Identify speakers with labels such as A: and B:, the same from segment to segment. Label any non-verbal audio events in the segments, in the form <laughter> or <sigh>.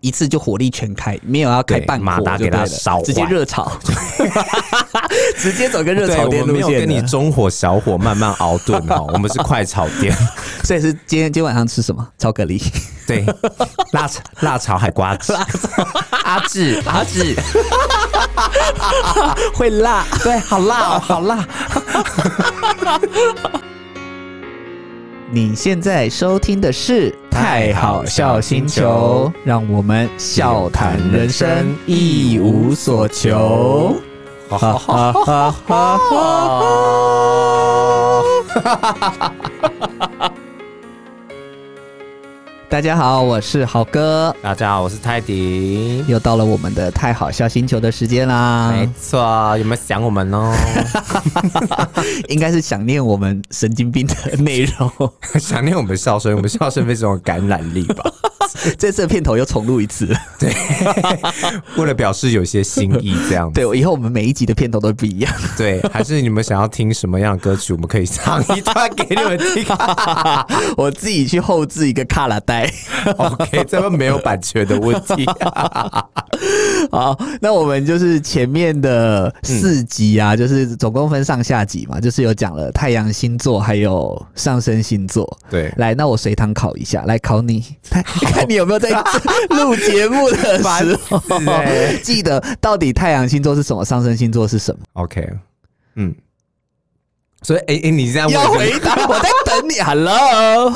A: 一次就火力全开，没有要开
B: 对
A: 半
B: 马
A: 火
B: 达
A: 就
B: 给它
A: 对了
B: 烧
A: 直接
B: 坏
A: 热炒， <laughs> 直接走个热炒
B: 对
A: 店
B: 我们
A: 路
B: 没有
A: 线
B: 跟你
A: 的。
B: 中火小火慢慢熬炖 <laughs> 哦，我们是快炒店。
A: 所以是今天今天晚上吃什么？巧克力。
B: 对，辣炒 <laughs> 辣炒海瓜子， <laughs> 阿志阿志，
A: <laughs> 会辣，
B: 对，好辣
A: <laughs>
B: 哦，好辣。
A: 你现在收听的是《太好笑星球》，让我们笑谈人生，一无所
B: <laughs>
A: 求。哈哈哈哈 <laughs> 哈！大家好，我是豪哥，
B: 大家好，我是泰迪。
A: 又到了我们的《太好笑星球》的时间啦，
B: 没错，有没有想我们哦？
A: 应该是想念我们神经病的内容。
B: <laughs> 想念我们的笑声，我们笑声非常有感染力 <laughs> 吧？
A: 这次的片头又重录一次，
B: 为了表示有些新意，这样
A: 对，以后我们每一集的片头都不一样。
B: 对，还是你们想要听什么样的歌曲，我们可以唱一段给你们听。
A: 我自己去后置一个卡拉带。
B: OK，这个没有版权的问题。
A: 好，那我们就是前面的四集啊，就是总共分上下集嘛，就是有讲了太阳星座还有上升星座。
B: 对，
A: 来，那我随堂考一下，来考
B: <laughs>
A: 你，看看你有没有在录节目的时候
B: 烦死欸
A: 记得到底太阳星座是什么，上升星座是什么？
B: OK，嗯，所以哎哎、诶你这样
A: 要
B: 问
A: 回答，我在等你。Hello，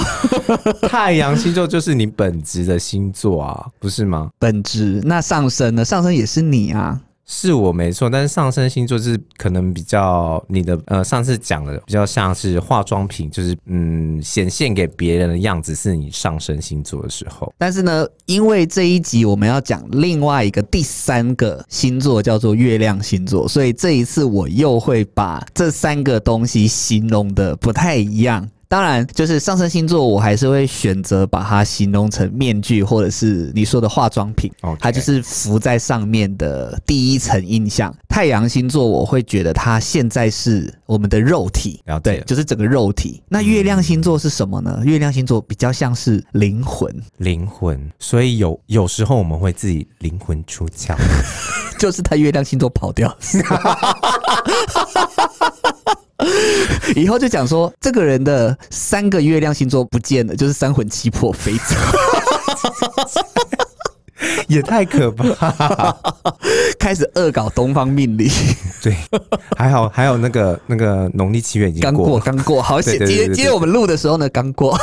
B: 太阳星座就是你本职的星座啊，不是吗？
A: 本质那上升呢？上升也是你啊。
B: 是我没错，但是上升星座就是可能比较你的呃，上次讲的比较像是化妆品，就是嗯，显现给别人的样子是你上升星座的时候。
A: 但是呢，因为这一集我们要讲另外一个第三个星座叫做月亮星座，所以这一次我又会把这三个东西形容的不太一样。当然，就是上升星座，我还是会选择把它形容成面具，或者是你说的化妆品。
B: OK
A: 它就是浮在上面的第一层印象。太阳星座，我会觉得它现在是我们的肉体，
B: 了解
A: 对，就是整个肉体。那月亮星座是什么呢？月亮星座比较像是灵魂，
B: 灵魂，所以有有时候我们会自己灵魂出窍。
A: 就是他月亮星座跑掉。以后就讲说，这个人的三个月亮星座不见了，就是三魂七魄飞走。
B: <laughs>
A: <laughs>
B: 也太可怕。
A: 开始恶搞东方命理，
B: <laughs> 对，还好还有那个那个农历七月已经
A: 刚
B: 过
A: 过
B: 了，
A: 刚过，好险！
B: 对对对
A: 今
B: 对
A: 天
B: 对
A: 今天我们录的时候呢，刚
B: <laughs>
A: 过，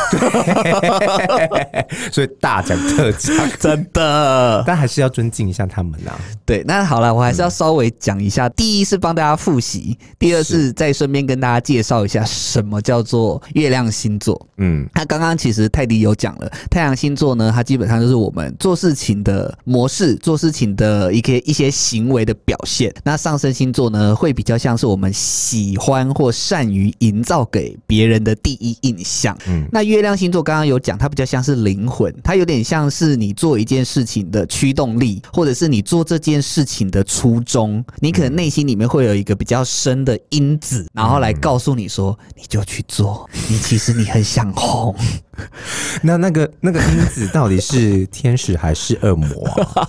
B: 所以大讲特讲，
A: 真的。
B: <laughs> 但还是要尊敬一下他们啊。
A: 对，那好了，我还是
B: 嗯
A: 要稍微讲一下。第一是帮大家复习，第二是再顺便跟大家介绍一下什么叫做月亮星座。
B: 嗯，
A: 那刚刚其实泰迪有讲了，太阳星座呢，它基本上就是我们做事情的模式、做事情的一些一些行为的表现。那上升星座呢，会比较像是我们喜欢或善于营造给别人的第一印象。
B: 嗯
A: 那月亮星座刚刚有讲，它比较像是灵魂，它有点像是你做一件事情的驱动力，或者是你做这件事情的初衷。你可能内心里面会有一个比较深的因子，然后来告诉你说，你就去做，你其实你很想红。 <laughs>
B: 那那个那个因子到底是天使还是恶魔 <laughs> 啊、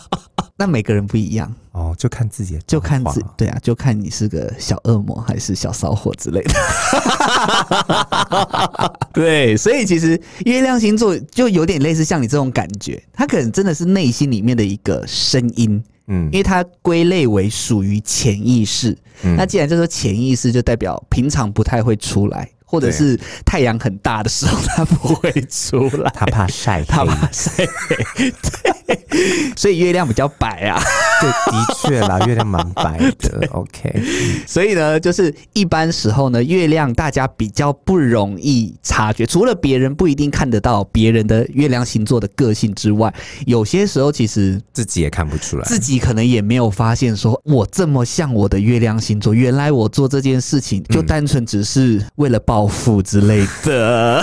A: 那每个人不一样，
B: 哦，就看自己的
A: 就看
B: 造
A: 自
B: 化
A: 对啊，就看你是个小恶魔还是小骚货之类的。 <laughs> 对，所以其实月亮星座就有点类似像你这种感觉，它可能真的是内心里面的一个声音，
B: 嗯
A: 因为它归类为属于潜意识。
B: 嗯
A: 那既然叫做潜意识，就代表平常不太会出来，或者
B: 对啊
A: 是太阳很大的时候它不会出来。
B: 他怕晒黑，
A: <laughs> 它怕晒黑，对，所以月亮比较白啊。
B: 对，的确啦，月亮蛮白
A: <laughs>
B: 的。OK，
A: 所以呢，就是一般时候呢，月亮大家比较不容易察觉，除了别人不一定看得到别人的月亮星座的个性之外，有些时候其实
B: 自己也看不出来。
A: 自己可能也没有发现说，我这么像我的月亮星座，原来我做这件事情就单纯只是为了暴富之类的。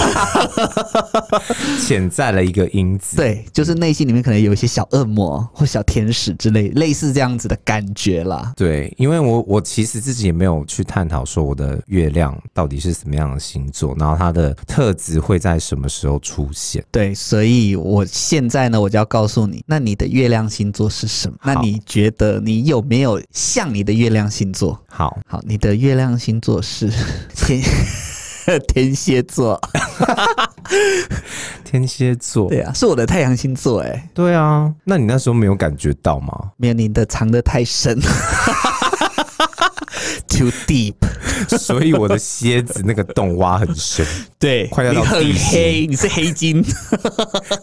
B: 潜在了一个因子。
A: 对，就是内心里面可能有一些小恶魔或小天使之类类类似这样子的感觉啦。
B: 对，因为我我其实自己也没有去探讨说我的月亮到底是什么样的星座，然后它的特质会在什么时候出现。
A: 对，所以我现在呢，我就要告诉你，那你的月亮星座是什么？那
B: 好
A: 你觉得你有没有像你的月亮星座？
B: 好，
A: 好，你的月亮星座是 <laughs> 天天蝎座， <laughs>
B: 天蝎座，
A: 对啊，是我的太阳星座哎、
B: 对啊，那你那时候没有感觉到吗？
A: 没有你的藏得太
B: <laughs>
A: 深，too deep，
B: 所以我的蝎子那个洞挖很深， <laughs>
A: 对，
B: 快要
A: 你
B: 到
A: 很
B: 地心
A: 黑，你是黑金，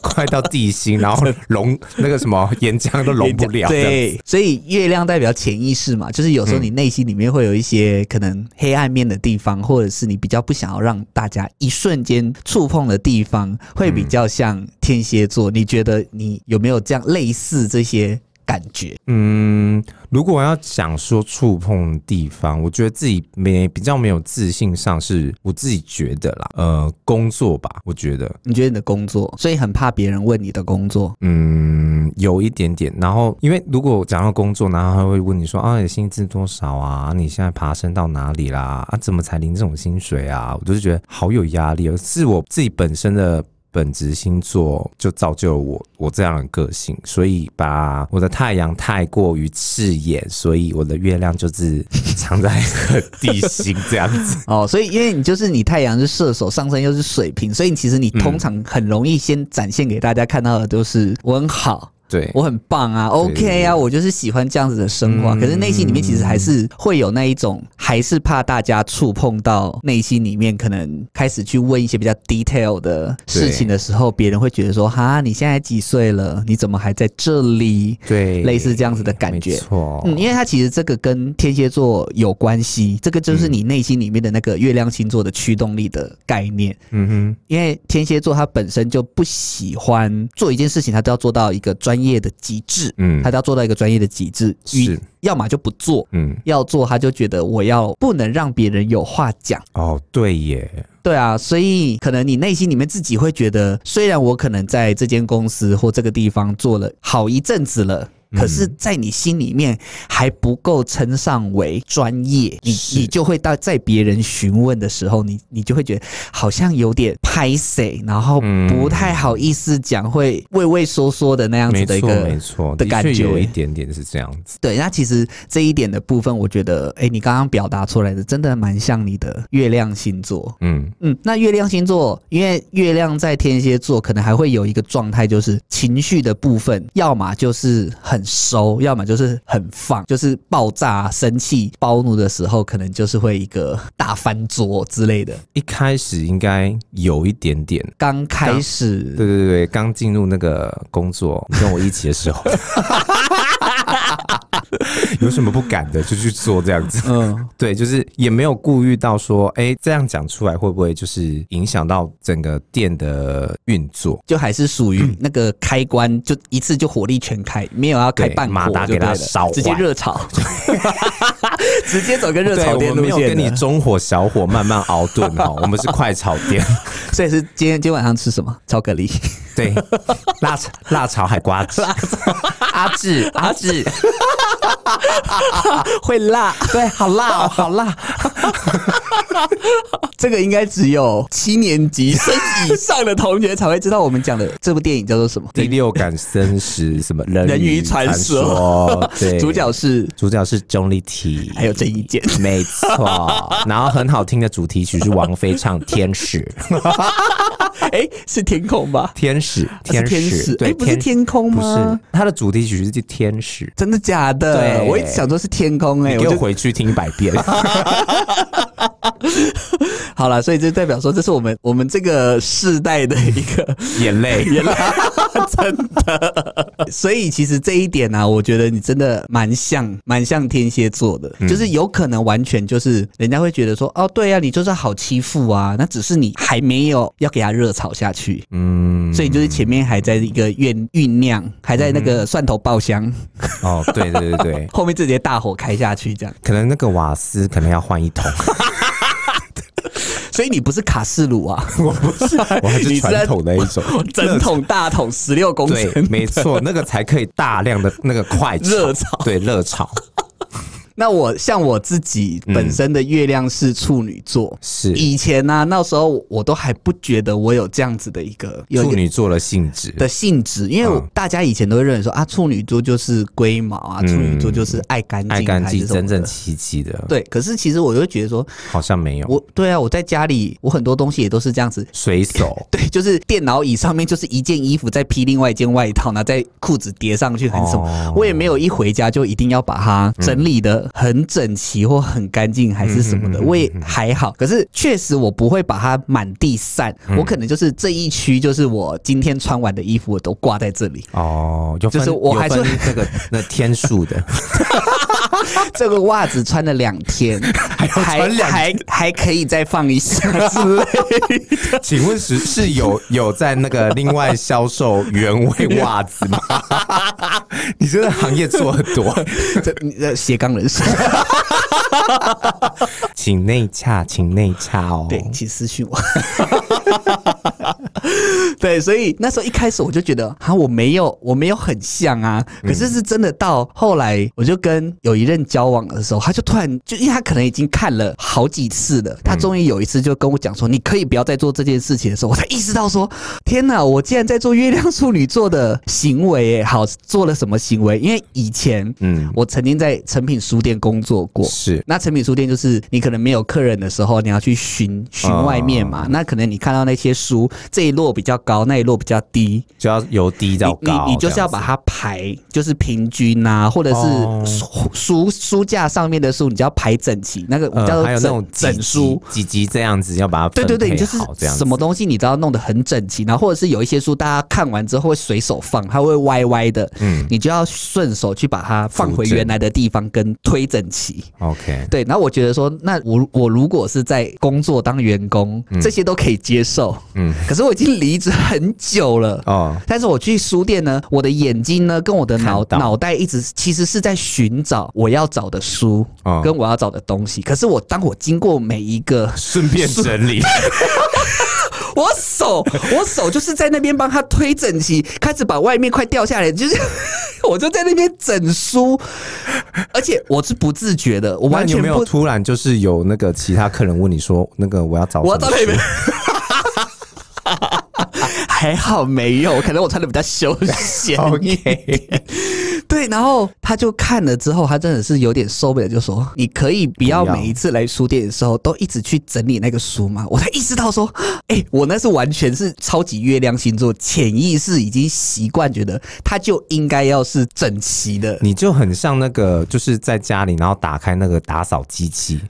B: 快到地心，然后融那个什么岩浆都融不了。
A: 对，所以月亮代表潜意识嘛，就是有时候你内心里面会有一些可能黑暗面的地方，或者是你比较不想要让大家一瞬间触碰的地方，会比
B: 嗯
A: 较像天蝎座。你觉得你有没有这样类似这些感觉？
B: 嗯，如果要讲说触碰的地方，我觉得自己没比较没有自信上是我自己觉得啦，呃，工作吧，我觉得。
A: 你觉得你的工作，所以很怕别人问你的工
B: <laughs>
A: 作，
B: 嗯，有一点点。然后，因为如果讲到工作，然后他会问你说啊，你薪资多少啊？你现在爬升到哪里啦？啊，怎么才领这种薪水啊？我就是觉得好有压力哦，是我自己本身的。本职星座就造就了我我这样的个性，所以把我的太阳太过于刺眼，所以我的月亮就是藏在地心这样
A: <laughs>
B: 子。
A: 哦，所以因为你就是你太阳是射手，上升又是水瓶，所以其实你通常很容易先展现给大家看到的都是我很好，
B: 对，
A: 我很棒啊，OK 啊，我就是喜欢这样子的生活啊、
B: 嗯
A: 可是内心里面其实还是会有那一种，还是怕大家触碰到内心里面，可能开始去问一些比较 detail 的事情的时候，别人会觉得说：“哈，你现在几岁了？你怎么还在这里
B: 对，
A: 类似这样子的感觉
B: 没错，
A: 嗯，因为它其实这个跟天蝎座有关系，这个就是
B: 嗯
A: 你内心里面的那个月亮星座的驱动力的概念。
B: 嗯哼，
A: 因为天蝎座他本身就不喜欢做一件事情，他都要做到一个专业的极致。
B: 嗯
A: 他，都要做到一个专业的极致，
B: 是，
A: 要么就不做，
B: 嗯，
A: 要做他就觉得我要不能让别人有话讲。
B: 哦，对耶，
A: 对啊，所以可能你内心里面自己会觉得，虽然我可能在这间公司或这个地方做了好一阵子了。
B: 嗯
A: 可是，在你心里面还不够称上为专业，你
B: 是
A: 你就会到在别人询问的时候，你你就会觉得好像有点拍谁，然后
B: 嗯
A: 不太好意思讲，会畏畏缩缩的那样子
B: 没
A: 的
B: 错，
A: 一个
B: 没错
A: 的
B: 的
A: 感
B: 确有
A: 觉
B: 一点点是这样子。
A: 对，那其实这一点的部分，我觉得，哎，你刚刚表达出来的，真的蛮像你的月亮星座。
B: 嗯，
A: 嗯，那月亮星座，因为月亮在天蝎座，可能还会有一个状态，就是情绪的部分，要么就是很收，要么就是很放，就是爆炸、啊生气、暴怒的时候，可能就是会一个大翻桌之类的。
B: 一开始应该有一点点。
A: 刚开始
B: 对对对，刚进入那个工作，跟我一起的
A: <laughs>
B: 时候，有什么不敢的就去做这样子。
A: 嗯，
B: 对，就是也没有顾虑到说，哎、这样讲出来会不会就是影响到整个店的运作？
A: 就还是属
B: 嗯
A: 于那个开关，就一次就火力全开，没有要开
B: 对
A: 半
B: 马
A: 火
B: 达
A: 就
B: 给它
A: 对了
B: 烧
A: 直接
B: 坏
A: 热炒，
B: <laughs>
A: 直接走个热
B: 对，
A: 炒
B: 我
A: 店
B: 们
A: 路
B: 没有
A: 线
B: 跟你
A: 的。
B: 中火小火慢慢熬炖哦，我们是快炒店。
A: <laughs> 所以是今天今天晚上吃什么？炒蛤蜊。
B: 对，辣炒辣炒海瓜
A: <laughs>
B: 子，阿志阿志，
A: 会辣，
B: 对，好辣哦，好辣，
A: <laughs> 这个应该只有七年级生以上的同学才会知道。我们讲的这部电影叫做什么？
B: 第六感生食什么人
A: 人鱼传
B: 传说，对，
A: 主角是
B: 主角是 Johnny T，
A: 还有郑伊
B: <laughs>
A: 健。
B: 没错，然后很好听的主题曲是王菲唱《天使》，
A: 哎、是天空吧？
B: 天使，
A: 是天
B: 使，
A: 使
B: 对，
A: 哎不是天空
B: 不
A: 吗
B: 是，它的主题曲是《天使》。
A: 真的假的？
B: 对
A: 我一直想说是天空哎、
B: 你给
A: 我
B: 我
A: 就
B: 回去听一百
A: <laughs>
B: 遍，
A: 好了，所以这代表说这是我们我们这个世代的一
B: <laughs>
A: 个
B: 眼泪。
A: 原来真的，所以其实这一点呢、啊，我觉得你真的蛮像，蛮像天蝎座的，
B: 嗯
A: 就是有可能完全就是人家会觉得说，哦，对啊，你就是好欺负啊，那只是你还没有要给他热炒下去，
B: 嗯，
A: 所以就是前面还在一个酝酝酿，还在那
B: 嗯
A: 个蒜头爆香，
B: 哦，对对对对，
A: 后面直接大火开下去这样， <laughs>
B: 可能那个瓦斯可能要换一桶。
A: 所以你不是卡式炉啊，
B: <laughs> 我不是，
C: 我还
A: <laughs> 你
C: 是
A: 是在
C: 传统那一种，
B: <laughs>
A: 整桶大桶十六公
B: 对，
A: 升， <laughs>
B: 没错，那个才可以大量的那个快炒
A: 热炒
B: 对热炒
A: 那我像我自己本身的月亮是处女座，
B: 嗯是
A: 以前呢、那时候我都还不觉得我有这样子的一个有一
B: 处
A: 个
B: 女座的性质，
A: 的性质，因为我大家以前都会认为说啊，处女座就是龟毛啊，
B: 嗯
A: 处女座就是爱干净，
B: 爱干净、整整
A: 正
B: 齐齐的，，
A: 对。可是其实我就会觉得说，
B: 好像没有，
A: 我对啊，我在家里我很多东西也都是这样子。。
B: 随手
A: <laughs> 对，就是电脑椅上面就是一件衣服，再披另外一件外套，然后再裤子叠上去，很什么。
B: 哦嗯
A: 我也没有一回家就一定要把它整理的很整齐或很干净还是什么的，
B: 嗯嗯嗯嗯
A: 我也还好。可是确实我不会把它满地散，
B: 嗯
A: 我可能就是这一区就是我今天穿完的衣服我都挂在这里，
B: 哦，有分
A: 就是我
B: 有
A: 还是
B: 分那个那天
A: <laughs>
B: 数的，
A: 这个袜子穿了两
B: <laughs>
A: 天，还
B: 穿两
A: 还还可以再放一下之类
B: 请问是是有有在那个另外销售原味袜子吗？ <laughs> 你真的行业做很
A: <laughs>
B: 多，
A: 的，这你这斜杠人生。
B: 请内洽，请内洽哦。
A: 对，请私讯我。 <laughs> 对，所以那时候一开始我就觉得啊，我没有，我没有很像啊。可是是真的到后来，我就跟有一任交往的时候，他就突然就因为他可能已经看了好几次了，他终于有一次就跟我讲说，你可以不要再做这件事情的时候，我才意识到说，天哪，我竟然在做月亮处女座的行为耶！好，做了什么行为？因为以前，嗯
B: 嗯，
A: 我曾经在诚品书店工作过，
B: 是
A: 那诚品书店就是你可能没有客人的时候，你要去巡巡
B: 啊
A: 外面嘛。那可能你看到那些书，这一摞比较高，那一摞比较低，
B: 就要由低到
A: 你
B: 高
A: 你你就是要
B: 这样
A: 把它排，就是平均啊，或者
B: 哦
A: 是书书书架上面的书，你就要排整齐。那个我
B: 子
A: 们叫
B: 呃，还
A: 做
B: 有那种
A: 整整书。
B: 几集这样子，要把它
A: 对对对，你就是
B: 分配好这样子
A: 什么东西你都要弄得很整齐，然后或者是有一些书，大家看完之后会随手放，它会歪歪的，嗯，你就要顺手去把它放回
B: 扶正
A: 原来的地方，跟推整齐。
B: OK，
A: 对，然后我觉得说，那我我如果是在工作当员工，这些都可以接受。嗯
B: 嗯，
A: 可是我已经离职很久了。
B: 哦，
A: 但是我去书店呢，我的眼睛呢跟我的脑
B: 看到
A: 脑袋一直其实是在寻找我要找的书
B: 哦
A: 跟我要找的东西。可是我当我经过每一个，
B: 顺便整理，
A: 我手我手就是在那边帮他推整齐，开始把外面快掉下来，就是 <laughs> 我就在那边整书，而且我是不自觉的，我
B: 那
A: 完
B: 你
A: 全
B: 有没
A: 不
B: 有突然就是有那个其他客人问你说，那个我要找
A: 我要
B: 什么
A: 找哪
B: 书
A: 边？ <laughs> 还好没有，可能我穿的比较休闲
B: <laughs>
A: 一点。对，然后他就看了之后，他真的是有点受不了，就说：“你可以不要
B: 不要
A: 每一次来书店的时候都一直去整理那个书吗？”我才意识到说：“哎、我那是完全是超级月亮星座，潜意识已经习惯觉得它就应该要是整齐的。”
B: 你就很像那个，就是在家里，然后打开那个打扫机器，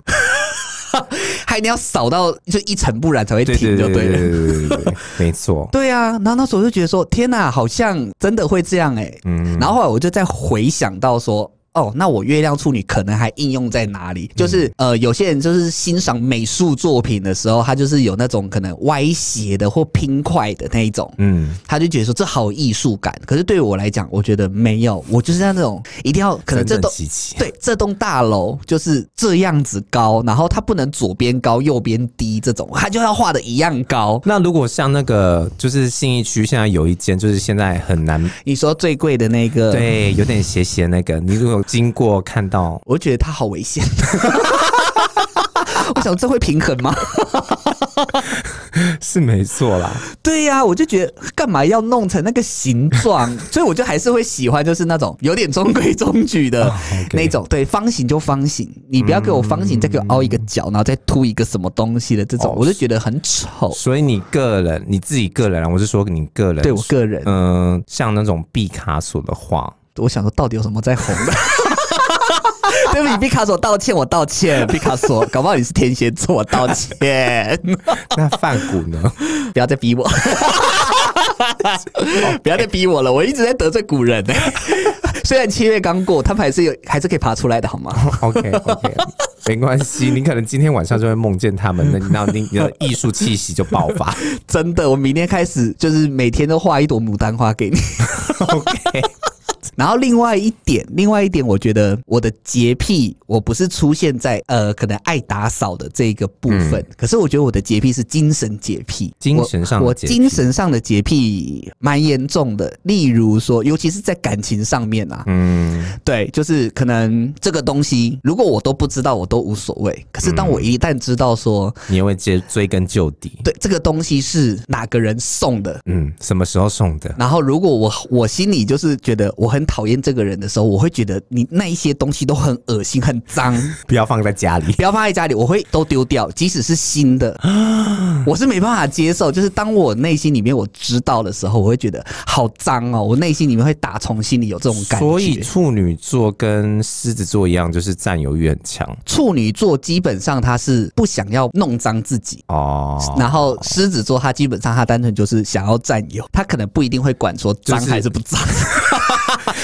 A: 还你要扫到就一尘不染才会
B: 对
A: 停，
B: 对
A: 就
B: 对
A: 对
B: 对
A: 了。
B: 对对对对，没错，
A: 对啊，然后那时候我就觉得说，天呐，好像真的会这样哎、
B: 嗯
A: 然后后来我就再回想到说。哦，那我月亮处女可能还应用在哪里？就是、呃，有些人就是欣赏美术作品的时候，他就是有那种可能歪斜的或拼块的那一种，
B: 嗯，
A: 他就觉得说这好有艺术感。可是对我来讲，我觉得没有，我就是像那种一定要可能这
B: 整
A: 栋
B: 整齐齐，
A: 对这栋大楼就是这样子高，然后它不能左边高右边低这种，它就要画的一样高。
B: 那如果像那个，就是信义区现在有一间，就是现在很难，
A: 你说最贵的那个，，
B: 对，有点斜斜那个，你如果经过看到，
A: 我觉得它好危险。 <laughs> 我想这会平衡吗？
B: 是没错啦，
A: 对呀、我就觉得干嘛要弄成那个形 <laughs> 状，所以我就还是会喜欢就是那种有点中规中矩的
B: OK
A: 那种，对，方形就方形，你不要给我方形，再给我凹一个角，然后再凸一个什么东西的这种
B: 哦，
A: 我就觉得很丑。
B: 所以你个人，你自己个人啊，我是说你个人，
A: 对我个人，
B: 嗯、像那种毕卡索的画，
A: 我想说到底有什么在 <laughs> 红的？对不起，毕卡索道歉，我道歉，毕卡索，搞不好你是天蝎座，我道歉。
B: <laughs> 那范谷呢？
A: 不要再逼
B: <laughs>
A: 我，不要再逼我了，我一直在得罪古
B: <laughs>
A: 人呢、虽然七月刚过，他们还是有，还是可以爬出来的，好吗？
B: OK OK，没关系，你可能今天晚上就会梦见他们，那那你你的艺术气息就爆发。 <laughs>
A: 真的，我明天开始就是每天都画一朵牡丹花给你。
B: <laughs> OK，
A: 然后另外一点，另外一点，我觉得我的洁癖，我不是出现在呃可能爱打扫的这个部分，可是我觉得我的洁癖是精神洁癖，
B: 嗯精神上的
A: 我我
B: 洁癖
A: 精神上的洁癖蛮严重的，例如说，尤其是在感情上面啊，
B: <laughs> 嗯，
A: 对，就是可能这个东西，如果我都不知道，我都无所谓。可是当我一旦知道说，
B: 你也会追追根究底。
A: 对这个东西是哪个人送的，
B: 嗯，什么时候送的？
A: 然后如果我我心里就是觉得我很讨厌这个人的时候，我会觉得你那一些东西都很恶心、很 <laughs> 脏，
B: 不要放在家里。
A: 不要放在家里，我会都丢掉，即使是新的，我是没办法接受。就是当我内心里面我知道的时候，我会觉得好脏哦，我内心里面会打从心里有这种感觉。
B: 所以处女座跟狮子座一样，就是占有欲很强
A: 处女座基本上他是不想要弄脏自己，
B: 哦。
A: 然后狮子座，他基本上他单纯就是想要占有，他可能不一定会管说脏
B: 就是
A: 还是不脏，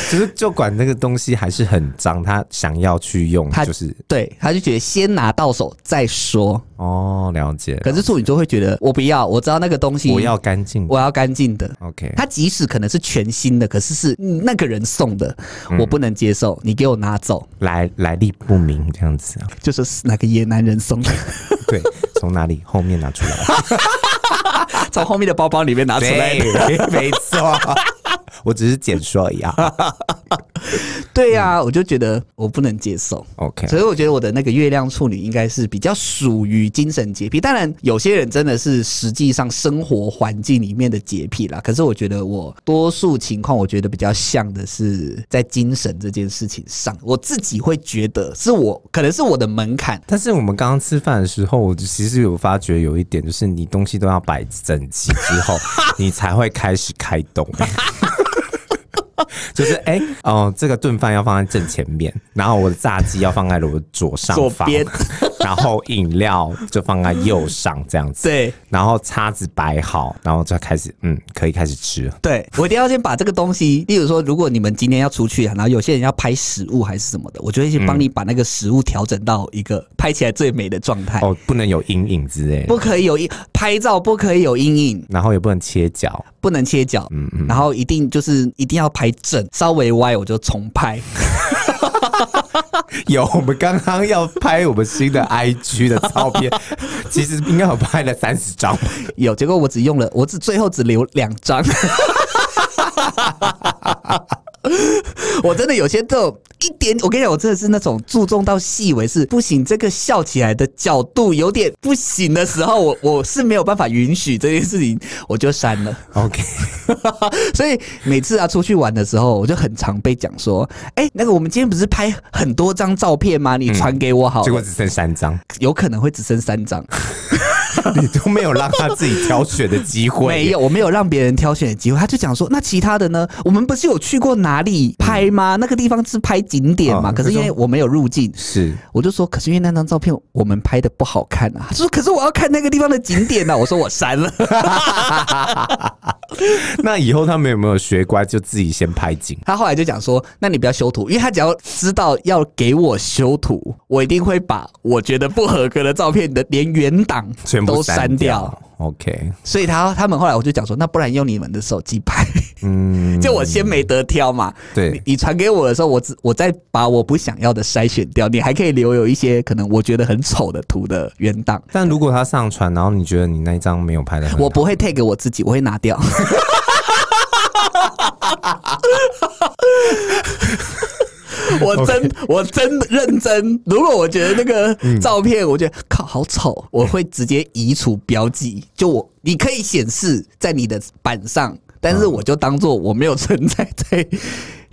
B: 只是就管那个东西还是很脏，他想要去用，
A: 他
B: 就是
A: <laughs> 对，他就觉得先拿到手再说。
B: 哦，了解。
A: 可是处女座会觉得我不要，我知道那个东西，
B: 我要干净。
A: 我要干净的。
B: OK，
A: 他即使可能是全新的，可是是嗯那个人送的，我不能接受，你给我拿走，
B: 来来历不明这样 <laughs> 子啊。
A: 就是哪个野男人送 <laughs> 的，
B: 对，从哪里后面拿出来？
A: 从后面的包包里面啊拿出来的。
B: 对， <laughs> 没
A: <laughs>
B: 错。我只是简说而已啊。
A: 对呀、我就觉得我不能接受。
B: OK，
A: 所以我觉得我的那个月亮处女应该是比较属于精神洁癖，当然有些人真的是实际上生活环境里面的洁癖啦。可是我觉得我多数情况，我觉得比较像的是在精神这件事情上，我自己会觉得是我可能是我的门槛。
B: 但是我们刚刚吃饭的时候，我其实有发觉有一点，就是你东西都要摆整齐之
A: <laughs>
B: 后，你才会开始开动。 <laughs> 就是哎、哦，这个炖饭要放在正前面，然后我的炸鸡要放在我的左上
A: 左
B: 方
A: 边，
B: <laughs> 然后饮料就放在右上这样子。
A: 对
B: 然后叉子摆好，然后就开始，嗯，可以开始吃了。
A: 对，我一定要先把这个东西，例如说，如果你们今天要出去啊，然后有些人要拍食物还是什么的，我就会去帮你把那个食物调整到一个拍起来最美的状态。
B: 哦，不能有阴影之类的
A: 不，可以有阴，拍照不可以有阴影，
B: 然后也不能切角。
A: 不能切角，然后一定就是一定要拍正，稍微歪我就重拍。 <laughs>
B: 有，我们刚刚要拍我们新的 IG 的照
A: <laughs>
B: 片，其实应该有拍了三十张吧。
A: 有，结果我只用了，我只最后只留两张。 <laughs> 我真的有些这种一点，我跟你讲，我真的是那种注重到细微是不行，这个笑起来的角度有点不行的时候，我我是没有办法允许这件事情，我就删了。 <laughs>
B: OK，
A: 所以每次啊出去玩的时候，我就很常被讲说，哎、那个我们今天不是拍很多张照片吗？你传给我好了
B: 结果只剩三张，
A: 有可能会只剩三张，
B: 你都没有让他自己挑选的机会。
A: 没有，我没有让别人挑选的机会。他就讲说，那其他的呢？我们不是有去过哪里拍吗？那个地方是拍景点嘛？
B: 嗯
A: 可是因为我没有入境，
B: 是，
A: 我就说，可是因为那张照片我们拍的不好看啊。他说，可是我要看那个地方的景点呢、啊。我说我删了， <laughs>
B: 那以后他们有没有学乖，就自己先拍景？
A: 他后来就讲说，那你不要修图，因为他只要知道要给我修图，我一定会把我觉得不合格的照片的连原档
B: 全部
A: 都删掉。。
B: OK，
A: 所以他他们后来我就讲说，那不然用你们的手机拍。
B: 嗯，
A: 就我先没得挑嘛。
B: 对
A: 你你传给我的时候，我只我再把我不想要的筛选掉，你还可以留有一些可能我觉得很丑的图的原档。
B: 但如果他上传，然后你觉得你那一张没有拍的，
A: 我不会 take 我自己，我会拿 <laughs> 掉。我真我真认真，如果我觉得那个照片，我觉得靠好丑，我会直接移除标记。就我，你可以显示在你的板上，但是我就当做我没有存在在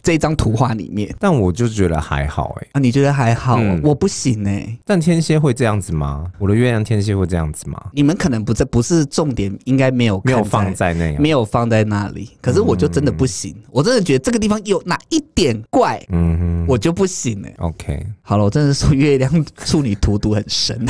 A: 这张图画里面。
B: 但我就觉得还好哎、
A: 啊，你觉得还好哦、
B: 嗯
A: 我不行哎、
B: 但天蝎会这样子吗？我的月亮天蝎会这样子吗？
A: 你们可能不在，不是重点，应该没有
B: 没有
A: 看
B: 放在嗯那样。
A: 没有放在那里。可是我就真的不行，我真的觉得这个地方有哪一点怪，
B: 嗯哼
A: 我就不行哎、
B: OK，
A: 好了，我真的是说月亮处女荼毒很深。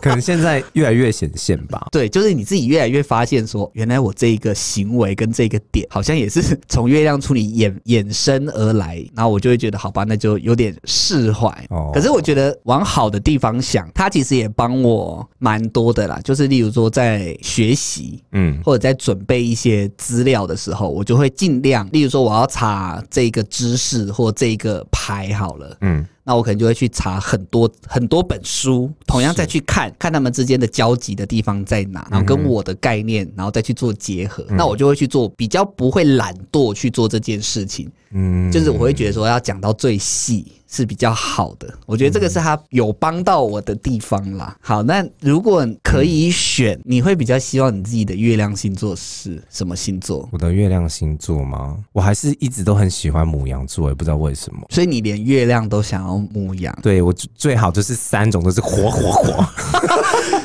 B: 可能现在越来越显现吧。
A: 对，就是你自己越来越发现说，原来我这一个行为跟这个点，好像也是 <laughs> 从月亮处女衍衍生而来，然后我就会觉得，好吧，那就有点释怀。
B: 哦
A: 可是我觉得往好的地方想，它其实也帮我蛮多的啦，就是例如说在学习。
B: 嗯，
A: 或者在准备一些资料的时候，我就会尽量，例如说我要查这个知识或这个牌好了，
B: 嗯，
A: 那我可能就会去查很多很多本书，同样再去看看他们之间的交集的地方在哪，然后跟我的概念，然后再去做结合。那我就会去做，比较不会懒惰去做这件事情，
B: 嗯，
A: 就是我会觉得说要讲到最细。是比较好的，我觉得这个是他有帮到我的地方啦。好，那如果可以选，你会比较希望你自己的月亮星座是什么星座？
B: 我的月亮星座吗？我还是一直都很喜欢母羊座，也不知道为什么。
A: 所以你连月亮都想要牧羊，
B: 对我最最好就是三种都是火火 <laughs> 火，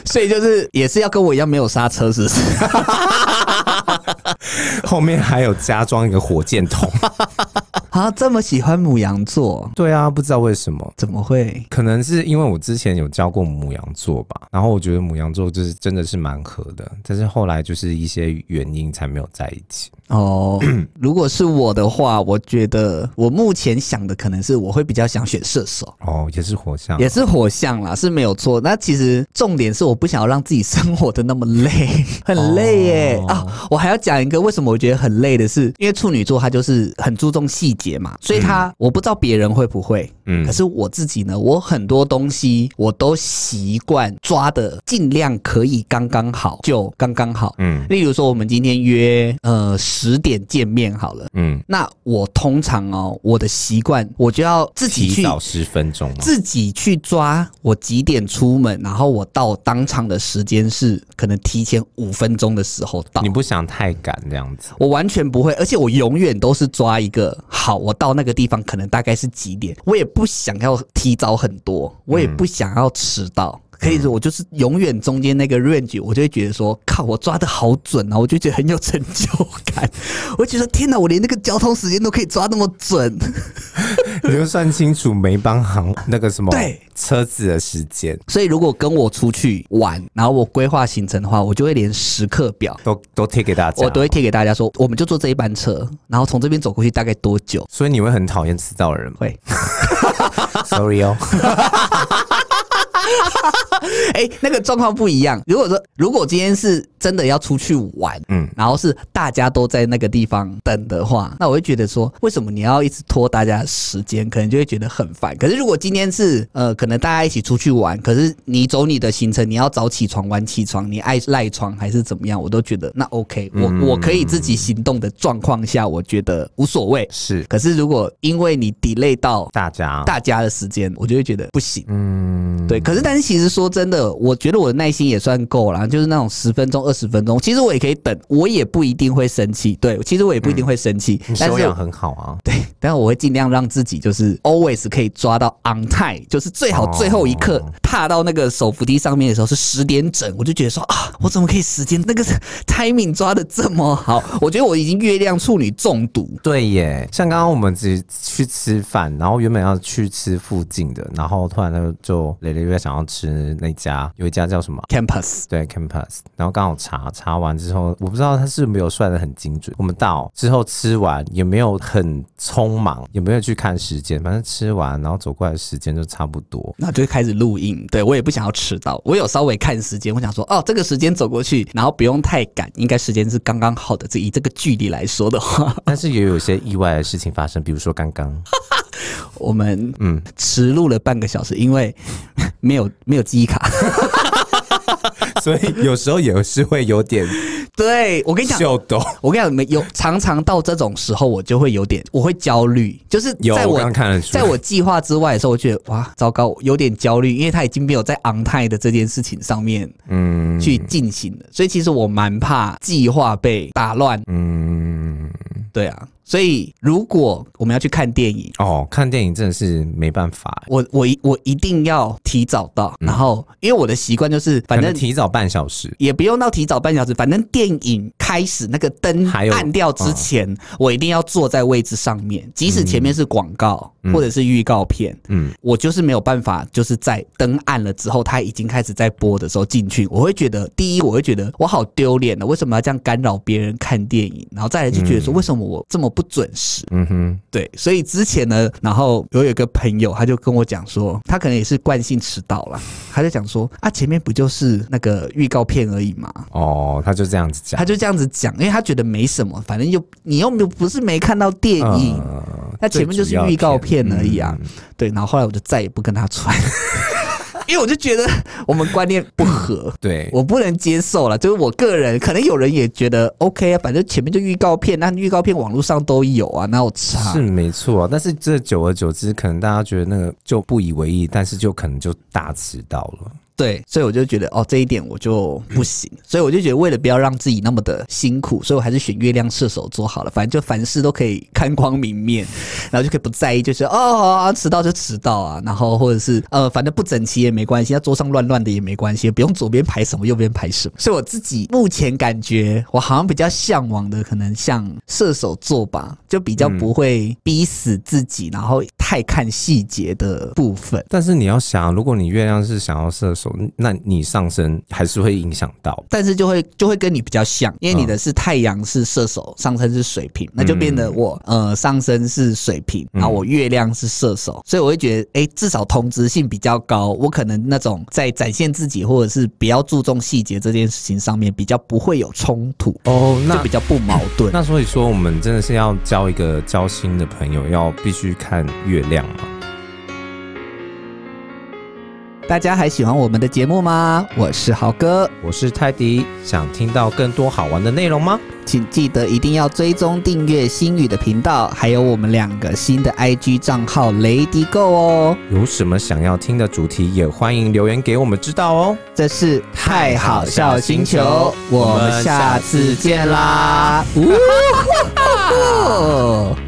A: 所以就是也是要跟我一样没有刹车，是不是？
B: 后面还有加装一个火箭筒。 <laughs>
A: 啊，这么喜欢母羊座，
B: 对啊，不知道为什么。
A: 怎么会？
B: 可能是因为我之前有教过母羊座吧，然后我觉得母羊座就是真的是蛮合的，但是后来就是一些原因才没有在一起。 <clears throat>
A: 哦，如果是我的话，我觉得我目前想的可能是我会比较想选射手。
B: 哦，也是火象，
A: 也是火象啦，是没有错。那其实重点是我不想要让自己生活的那么累， <laughs> 很累耶、
B: 哦
A: 啊！我还要讲一个为什么我觉得很累的是，因为处女座他就是很注重细节嘛，所以他、我不知道别人会不会，
B: 嗯
A: 可是我自己呢，我很多东西我都习惯抓的尽量可以刚刚好，就刚刚好。
B: 嗯
A: 例如说，我们今天约呃十点见面好了，
B: 嗯，
A: 那我通常哦，我的习惯我就要自己
B: 提
A: 去
B: 早十分钟嘛，
A: 自己去抓我几点出门，然后我到当场的时间是可能提前五分钟的时候到
B: 你。不想太赶这样子。
A: 我完全不会，而且我永远都是抓一个好，我到那个地方可能大概是几点，我也不想要提早很多，我也不想要迟到。可以说，我就是永远中间那个 range，我就会觉得说，靠，我抓的好准啊，我就觉得很有成就感。 <laughs> 我觉得天哪，我连那个交通时间都可以抓那么准，
B: <laughs> 你就算清楚每一班航那个什么
A: 对
B: 车子的时间
A: 所以如果跟我出去玩，然后我规划行程的话，我就会连时刻表。
B: 都都贴给大家，
A: 我都会贴给大家说，我们就坐这一班车，然后从这边走过去大概多久？
B: 所以你会很讨厌迟到的人吗
A: 会，
B: <laughs> ？Sorry 哦， <laughs>
A: 哎、那个状况不一样。如果说，如果今天是真的要出去玩，
B: 嗯，
A: 然后是大家都在那个地方等的话，那我会觉得说，为什么你要一直拖大家的时间？可能就会觉得很烦。可是如果今天是呃，可能大家一起出去玩，可是你走你的行程，你要早起床、晚起床，你爱赖床还是怎么样，我都觉得那 OK，我、我可以自己行动的状况下，我觉得无所谓。
B: 是
A: 可是如果因为你 delay 到
B: 大家，
A: 大家的时间，我就会觉得不行。
B: 嗯，
A: 对，可是但是其实说真的，我觉得我的耐心也算够了，就是那种十分钟、二十分钟，其实我也可以等，我也不一定会生气。对，其实我也不一定会生气，
B: 嗯你
A: 但
B: 修
A: 是
B: 养很好啊，
A: 对，但我会尽量让自己就是 always 可以抓到 on time，就是最好
B: 哦
A: 最后一刻、踏到那个手扶梯上面的时候是十点整，我就觉得说啊，我怎么可以时间那个 timing 抓的这么好？我觉得我已经月亮处女中毒。
B: 对耶，像刚刚我们只去吃饭，然后原本要去吃附近的，然后突然就就蕾蕾又想要吃那家，有一家叫什么？
A: Campus
B: 对，campus，然后刚好查查完之后，我不知道他是没有算的很精准。我们到之后吃完也没有很匆忙，也没有去看时间，反正吃完然后走过来的时间就差不多。
A: 然后就开始录音。对我也不想要迟到，我有稍微看时间，我想说，哦，这个时间走过去，然后不用太赶，应该时间是刚刚好的。这以这个距离来说的话， <laughs>
B: 但是也有一些意外的事情发生，比如说刚刚，
A: 我们
B: 嗯，
A: 迟录了半个小时，因为 <laughs> 没有没有记忆卡。 <laughs>
B: 所以有时候也是会有点
A: 对我跟你讲。
B: 秀逗。
A: 我跟你讲，没有常常到这种时候，我就会有点，我会焦虑，就是
B: 有，
A: 在
B: 我
A: 我
B: 刚刚看得出
A: <laughs>
B: 来，
A: 在我计划之外的时候，我觉得哇，糟糕，有点焦虑，因为他已经没有在昂泰的这件事情上面
B: 嗯
A: 去进行了，所以其实我蛮怕计划被打乱
B: 嗯，
A: 对啊，所以如果我们要去看电影，
B: 哦，看电影真的是没办法欸，
A: 我我一我一定要提早到，然后因为我的习惯就是，反
B: 嗯可能
A: 正
B: 提早半小时。
A: 也不用到提早半小时，反正电影开始那个灯
B: 还有啊
A: 暗掉之前，我一定要坐在位置上面，即使前面是广告、或者是预告片，
B: 嗯，
A: 我就是没有办法，就是在灯暗了之后，它已经开始在播的时候进去，我会觉得第一，我会觉得我好丢脸啊了，为什么要这样干扰别人看电影？然后再来就觉得说，为什么我这么不准时？
B: 嗯哼，
A: 对，所以之前呢，然后我有一个朋友，他就跟我讲说，他可能也是惯性迟到了，他就讲说，啊，前面不就是那个预告片而已嘛。
B: 哦，他就这样子讲
A: 他，就这样子讲，因为他觉得没什么，反正又你又没有不是没看到电影，
B: 呃
A: 那前面就是预告片而已
B: 嗯
A: 啊。对，然后后来我就再也不跟他穿，因为我就觉得我们观念不合。
B: 对，
A: 我不能接受了，就是我个人，可能有人也觉得 OK 啊，反正前面就预告片，那预告片网络上都有啊，哪有差？
B: 是没错啊。但是这久而久之，可能大家觉得那个就不以为意，但是就可能就大迟到了。
A: 对，所以我就觉得哦，这一点我就不行，所以我就觉得为了不要让自己那么的辛苦，所以我还是选月亮射手座好了，反正就凡事都可以看光明面， <laughs> 然后就可以不在意，就是哦好啊，迟到就迟到啊，然后或者是呃，反正不整齐也没关系，那桌上乱乱的也没关系，不用左边排什么右边排什么。所以我自己目前感觉我好像比较向往的，可能像射手座吧，就比较不会逼死自己，然后太看细节的部分。
B: 但是你要想，啊如果你月亮是想要射手，那你上升还是会影响到。
A: 但是就会就会跟你比较像，因为你的是太阳是射手，上升是水瓶，那就变得我、呃上升是水瓶，然后我月亮是射手，所以我会觉得，哎、至少同质性比较高。我可能那种在展现自己或者是比较注重细节这件事情上面，比较不会有冲突，
B: 哦，
A: 就比较不矛盾。
B: 那所以说，我们真的是要交一个交心的朋友，要必须看月亮嘛。
A: 大家还喜欢我们的节目吗？我是豪哥，
B: 我是泰迪，想听到更多好玩的内容吗？
A: 请记得一定要追踪订阅星宇的频道，还有我们两个新的 IG 账号雷迪 Go 哦。
B: 有什么想要听的主题，也欢迎留言给我们知道哦。
A: 这是太好笑星球，我们下次见啦！呜呼呼呼